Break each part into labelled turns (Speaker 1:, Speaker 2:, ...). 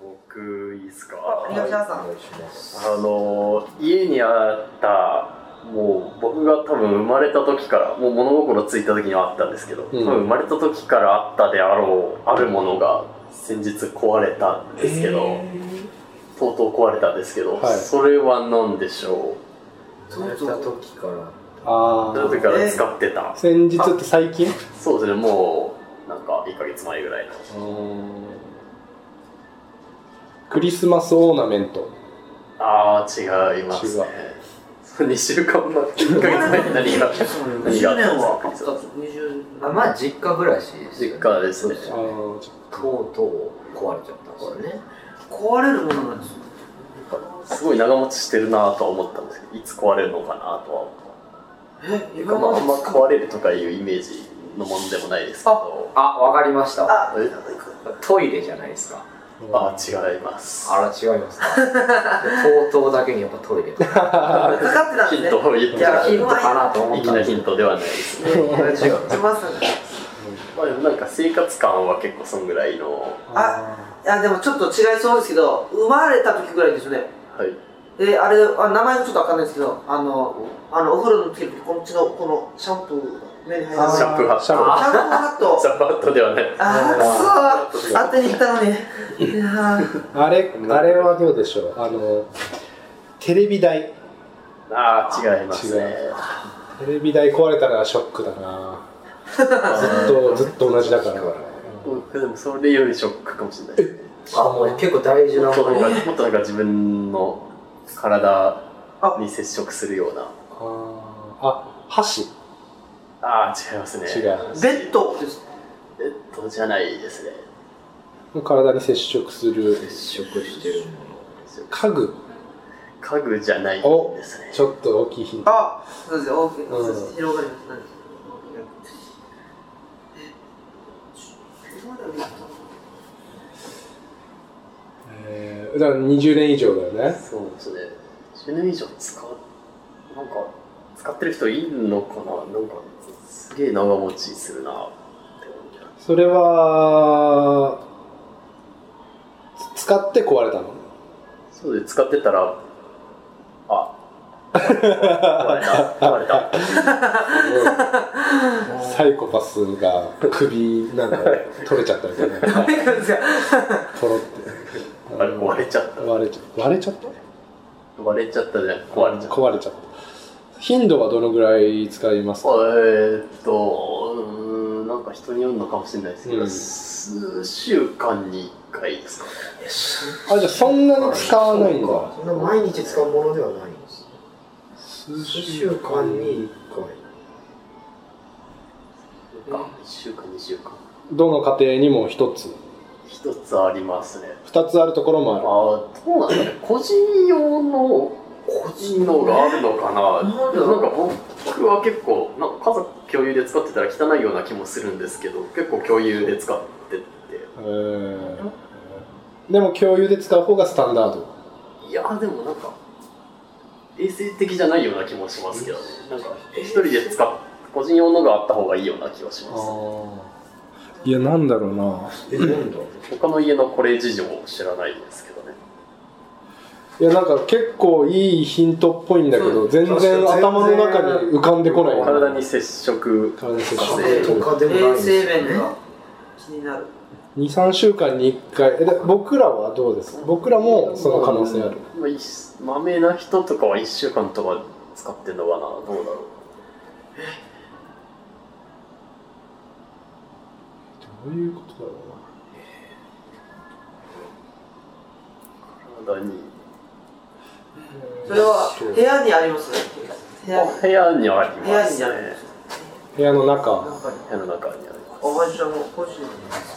Speaker 1: 僕いいですか
Speaker 2: あ
Speaker 3: お願いします
Speaker 1: お願いします
Speaker 4: あの家にあったもう僕が多分生まれた時からもう物心ついた時にはあったんですけど、
Speaker 1: うん
Speaker 4: 多分生まれた時からあったであろうあるものが先日壊れたんですけど、とうとう壊れたんですけど、
Speaker 1: はい
Speaker 4: それは何でしょ
Speaker 3: そうそう
Speaker 1: 生まれた時から
Speaker 4: う
Speaker 1: あ
Speaker 4: その時
Speaker 1: あ
Speaker 4: から使ってた、
Speaker 1: 先日って最近
Speaker 4: そうですねもうなんか1ヶ月前ぐらいの
Speaker 1: クリスマスオーナメント
Speaker 4: ああ違いますね 2週間前1ヶ月前に何が
Speaker 3: 20
Speaker 4: 何
Speaker 3: 年
Speaker 4: があっ
Speaker 3: は
Speaker 4: たんですか
Speaker 3: 20
Speaker 2: あまあ実家暮らしですよ
Speaker 4: 実
Speaker 2: ね
Speaker 4: 家ですね
Speaker 1: あーちょ
Speaker 2: とうとう壊れちゃったんですよね
Speaker 3: 壊れるものなんですよ
Speaker 4: すごい長持ちしてるなぁとは思ったんですけどいつ壊れるのかなぁとは思っ
Speaker 3: え
Speaker 4: て
Speaker 3: 今
Speaker 4: まあ、あんま
Speaker 3: まで
Speaker 4: 壊れるとかいうイメージのものでもないですけど
Speaker 2: あわかりました
Speaker 3: あ
Speaker 4: え
Speaker 2: トイレじゃないですか
Speaker 1: っと
Speaker 4: あ違います
Speaker 2: あら違いますかとうとうだけにやっぱトイレとか
Speaker 3: かかってたん
Speaker 4: ヒ
Speaker 3: で
Speaker 4: ン
Speaker 3: すね
Speaker 4: トを言っ
Speaker 2: い
Speaker 4: ちゃ
Speaker 2: や
Speaker 4: う
Speaker 2: ヒントかなと思っ
Speaker 4: 粋
Speaker 2: たん
Speaker 4: な
Speaker 2: です
Speaker 4: ヒ
Speaker 2: け
Speaker 4: ントではないですね、
Speaker 2: どこれ違う
Speaker 3: 来ますね
Speaker 4: まあ、でもなんか生活感は結構そんぐらいのは
Speaker 1: あ
Speaker 3: いやでもちょっと違いそうですけど生まれた時ぐらいですよね
Speaker 4: い
Speaker 3: であれあ名前がちょっとわかんないですけどあのあのお風呂のつける時こっちのこのシャンプー目に入ら
Speaker 1: ー
Speaker 3: ない
Speaker 4: シ
Speaker 3: シャン
Speaker 4: ャンプーハット
Speaker 1: シャン
Speaker 4: シャンプ
Speaker 3: プーハット
Speaker 1: プ
Speaker 4: ーハットではない
Speaker 3: あーくそー当てに来たのにいやー
Speaker 1: ーあれあれはどうでしょうあのテレビ台
Speaker 4: ああ違いますね
Speaker 1: 違うテレビ台壊れたらショックだなずっとずっと同じだから
Speaker 4: 僕でもそれよりショックかもしれないです
Speaker 2: あもう結構大事な
Speaker 4: もっと
Speaker 2: もの
Speaker 4: なんかもっとなんか自分の体に接触するような
Speaker 1: あ箸
Speaker 4: ああ違いますね
Speaker 1: 違う
Speaker 3: ベッドです
Speaker 4: ベッドじゃないですね
Speaker 1: 体に接触する
Speaker 2: 接触してるも
Speaker 1: 家具
Speaker 4: 家具じゃないんですね
Speaker 1: ちょっと大きいヒント
Speaker 3: あそうですよ大きい
Speaker 1: うん
Speaker 3: そうです広がります何ですえ広がります
Speaker 1: えーだから20年以上だよね
Speaker 4: そうですね10年以上使うなんか使ってる人いるのかななんかすげえ長持ちするなって思う
Speaker 1: それはつ使って壊れたの
Speaker 4: そうで使ってたらあ壊れた壊れた
Speaker 1: サイコパスが首なんか取れちゃったみたい な
Speaker 3: 何ですか
Speaker 1: ポロって
Speaker 4: あれ壊れちゃった
Speaker 1: 割れちゃった割れちゃった
Speaker 4: 割れちゃったじゃん壊れちゃった
Speaker 1: 壊れちゃった頻度はどのぐらい使います
Speaker 4: え
Speaker 1: か
Speaker 4: ーっとうーんなんか人によるのかもしれないですけど、
Speaker 1: うん
Speaker 4: 数週間に1回ですかね
Speaker 1: あじゃあそんなに使わないんだ
Speaker 2: のそんな毎日使うものではないんです
Speaker 1: 数
Speaker 2: 数週間に1回
Speaker 4: なんか1週間2週間
Speaker 1: どの家庭にも一つ
Speaker 4: 一つありますね
Speaker 1: 二つあるところ
Speaker 4: あ
Speaker 1: もある
Speaker 4: どうなんだろうね個人用の個人のがあるのかな、
Speaker 3: なんだろう
Speaker 4: なんか僕は結構なんか家族共有で使ってたら汚いような気もするんですけど結構共有で使ってて
Speaker 1: えーでも共有で使う方がスタンダード
Speaker 4: いやでもなんか衛生的じゃないような気もしますけどねなんか一人で使っ個人用のがあった方がいいような気はします
Speaker 1: いやなんだろうな
Speaker 2: えなんだ
Speaker 4: 他の家のこれ事情を知らないんですけどね
Speaker 1: いやなんか結構いいヒントっぽいんだけ
Speaker 2: う
Speaker 1: ど
Speaker 2: ん
Speaker 1: 全然
Speaker 2: 確かに
Speaker 1: 頭の中に浮かんでこない
Speaker 4: 体に接触
Speaker 1: 体に接
Speaker 4: あ
Speaker 1: 触
Speaker 4: え
Speaker 2: とかでもないん
Speaker 3: 衛
Speaker 2: です
Speaker 3: 生
Speaker 2: よ
Speaker 3: 面
Speaker 2: ね
Speaker 3: が気になる
Speaker 1: 23週間に1回えで僕らはどうです僕らもその可能性ある
Speaker 4: まあいっまめな人とかは1週間とか使ってんのかなどうだろ
Speaker 1: どういうことだろ
Speaker 4: う体に
Speaker 3: それは部屋にあります部屋
Speaker 4: あ部屋にあり
Speaker 3: 部屋
Speaker 4: ま
Speaker 3: に
Speaker 4: す
Speaker 3: ある
Speaker 4: ね
Speaker 1: う部屋の
Speaker 3: な
Speaker 1: 中
Speaker 3: んか
Speaker 4: 部屋の中にあります
Speaker 3: おばちゃんも個人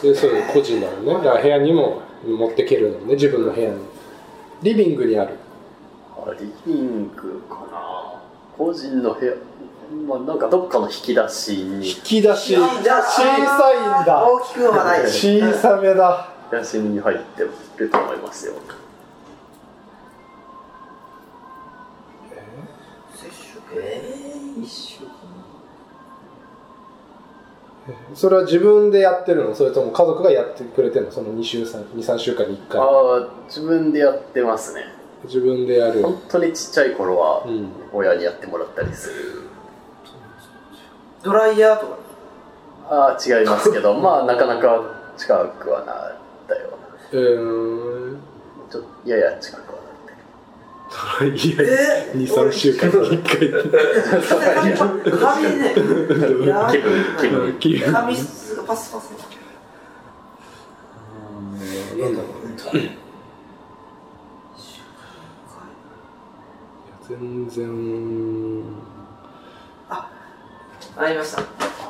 Speaker 1: でそれ個人だよねだから部屋にも持ってけるのね自分の部屋にリビングにある
Speaker 4: あリビングかな個人の部屋まあなんかどっかの引き出しに
Speaker 1: 引
Speaker 4: 引
Speaker 1: き出し
Speaker 3: 引
Speaker 1: 小
Speaker 3: き出し
Speaker 1: さいんだ
Speaker 3: 大きくはない
Speaker 1: 小さめだ
Speaker 4: き出しに入ってると思いますよ
Speaker 3: 接触え
Speaker 2: 一週間
Speaker 1: えそれは自分でやってるのそれとも家族がやってくれてるのその2週23週間に1
Speaker 4: あ
Speaker 1: 回
Speaker 4: あ自分でやってますね
Speaker 1: 自分でやる
Speaker 4: 本当にちっちゃい頃は
Speaker 1: うん
Speaker 4: 親にやってもらったりする
Speaker 3: ドライヤーとか
Speaker 4: ああ違います けどまあなかなか近くはなったよう
Speaker 1: えー、
Speaker 4: なちょっとやや近くはなったけ
Speaker 1: いや
Speaker 3: えー
Speaker 1: 23週間に1回
Speaker 3: 髪髪ね
Speaker 4: 気分気分
Speaker 3: 髪質がパスパス
Speaker 1: なんだろうね全然
Speaker 3: ありました
Speaker 4: ど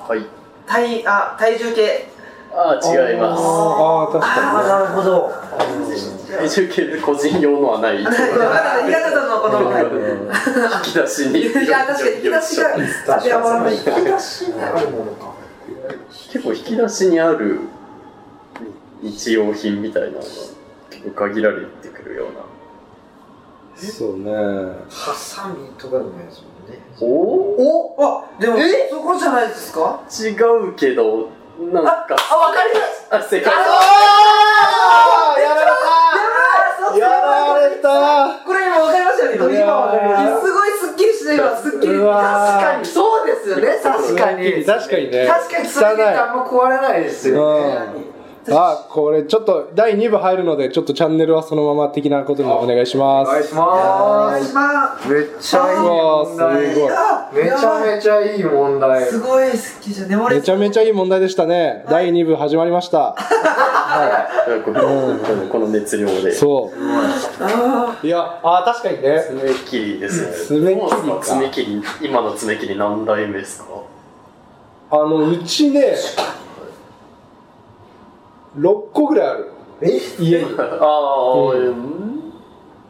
Speaker 4: はい
Speaker 3: 体あ体重計
Speaker 4: ああ違います
Speaker 1: あーあー確かにね
Speaker 3: なるほど
Speaker 4: 体重計で個人用のはない
Speaker 3: 分かった平方さんのこの
Speaker 4: 引き出し に
Speaker 3: いや確かに引き出しが当てはまらない引き出しにあるものか
Speaker 4: 結構引き出しにある日用品みたいなのが結構限られてくるような
Speaker 1: そうね
Speaker 5: ハサミとかでもないですもんね
Speaker 4: お
Speaker 3: おあでもそこじゃないですか
Speaker 4: 違うけどなんか
Speaker 3: あわかりま
Speaker 4: あ
Speaker 3: し
Speaker 4: 正解
Speaker 1: あーやられ
Speaker 3: た
Speaker 1: たやられた
Speaker 3: これ今わかりましたよね今わかりましたすごいすっきりして今すっきり
Speaker 1: うわー
Speaker 5: 確かにそうですよね確かに
Speaker 1: 確かにね
Speaker 5: 確かにそれであんま壊れないですよね
Speaker 1: うんあこれちょっと第2部入るのでちょっとチャンネルはそのまま的なことにお願いし
Speaker 5: お
Speaker 1: ます
Speaker 5: 願いし
Speaker 3: お
Speaker 5: ま
Speaker 3: 願いし
Speaker 5: す
Speaker 3: ま
Speaker 5: めっちゃいい問題
Speaker 1: うわ
Speaker 5: めちゃめちゃいい問題
Speaker 3: すごい好きじゃん眠れ
Speaker 1: めちゃめちゃいい問題でしたね、第2部始まりました
Speaker 4: なんかこのこの熱量で
Speaker 1: そういやあー確かにね
Speaker 4: 爪切りですね
Speaker 1: 爪切りか
Speaker 4: どうです爪切り今の爪切り何代目ですか
Speaker 1: あのうちね6個ぐらいある
Speaker 5: え
Speaker 1: 家に
Speaker 4: ああ、うん、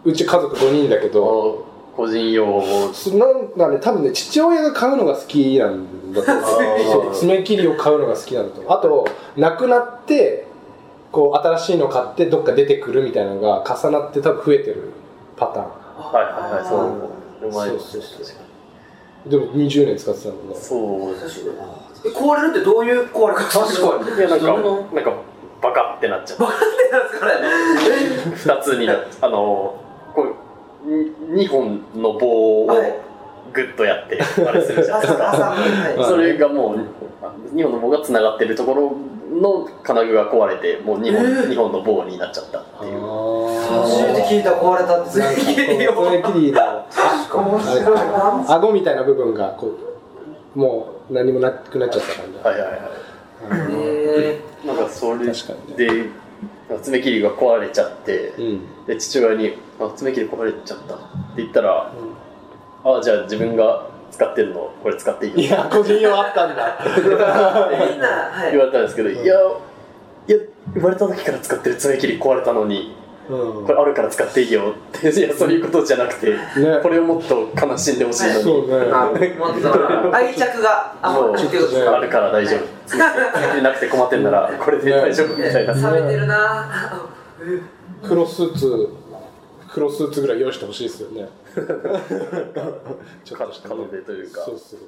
Speaker 1: うち家族5人だけど
Speaker 4: 個人用
Speaker 1: そなんかね多分ね父親が買うのが好きなんだと思うそう爪切りを買うのが好きなんだと思うあとなくなってこう新しいの買ってどっか出てくるみたいなのが重なって多分増えてるパター
Speaker 4: はいはいはいそう前
Speaker 1: そうそうそうンでも20年使ってたもんね
Speaker 4: そう
Speaker 3: え壊れるってどういう壊れ方
Speaker 5: 確かに
Speaker 4: いやなんかなんかバカってなっちゃう二つにな っあのこうに二本の棒を
Speaker 3: はい
Speaker 4: グッとやって あれするじゃないです
Speaker 3: 朝
Speaker 4: か
Speaker 3: 朝はい
Speaker 4: それがもうあ二本の棒がつながってるところの金具が壊れてもう二本,、
Speaker 3: えー
Speaker 4: 二本の棒になっちゃったっていう
Speaker 3: 初めて聞いた壊れたって
Speaker 1: なんかこう
Speaker 3: 爪切りを
Speaker 1: 爪切りの
Speaker 5: 面白い
Speaker 1: 顎みたいな部分がこうもう何もなくなっちゃった感じ、
Speaker 4: はいはいは
Speaker 3: え
Speaker 4: いなんかそれで
Speaker 1: 確かにね
Speaker 4: 爪切りが壊れちゃって
Speaker 1: うん
Speaker 4: で父親にあ「爪切り壊れちゃった」って言ったら「あじゃあ自分が使ってるのこれ使っていいよ」
Speaker 1: いや個人用あったんだ
Speaker 3: ー、みんなはい
Speaker 4: 言われたんですけど、いや、いや、生まれた時から使ってる爪切り壊れたのに、
Speaker 1: う
Speaker 4: こ
Speaker 1: ん
Speaker 4: れあるから使っていいよって、いや、そういうことじゃなくて、これをもっと悲しんでほしいのに、
Speaker 1: そうね
Speaker 5: あ
Speaker 3: もっとその愛着があ
Speaker 4: もう、
Speaker 3: っていうことです
Speaker 1: ね
Speaker 3: か
Speaker 4: あるから大丈夫、爪切 りなくて困ってんなら、これで大丈夫みたいな。
Speaker 3: 冷めてるな
Speaker 1: 黒スーツ黒スーツぐ らい用意してほしいですよねちょっとしたね
Speaker 4: か門出というか
Speaker 1: そうそう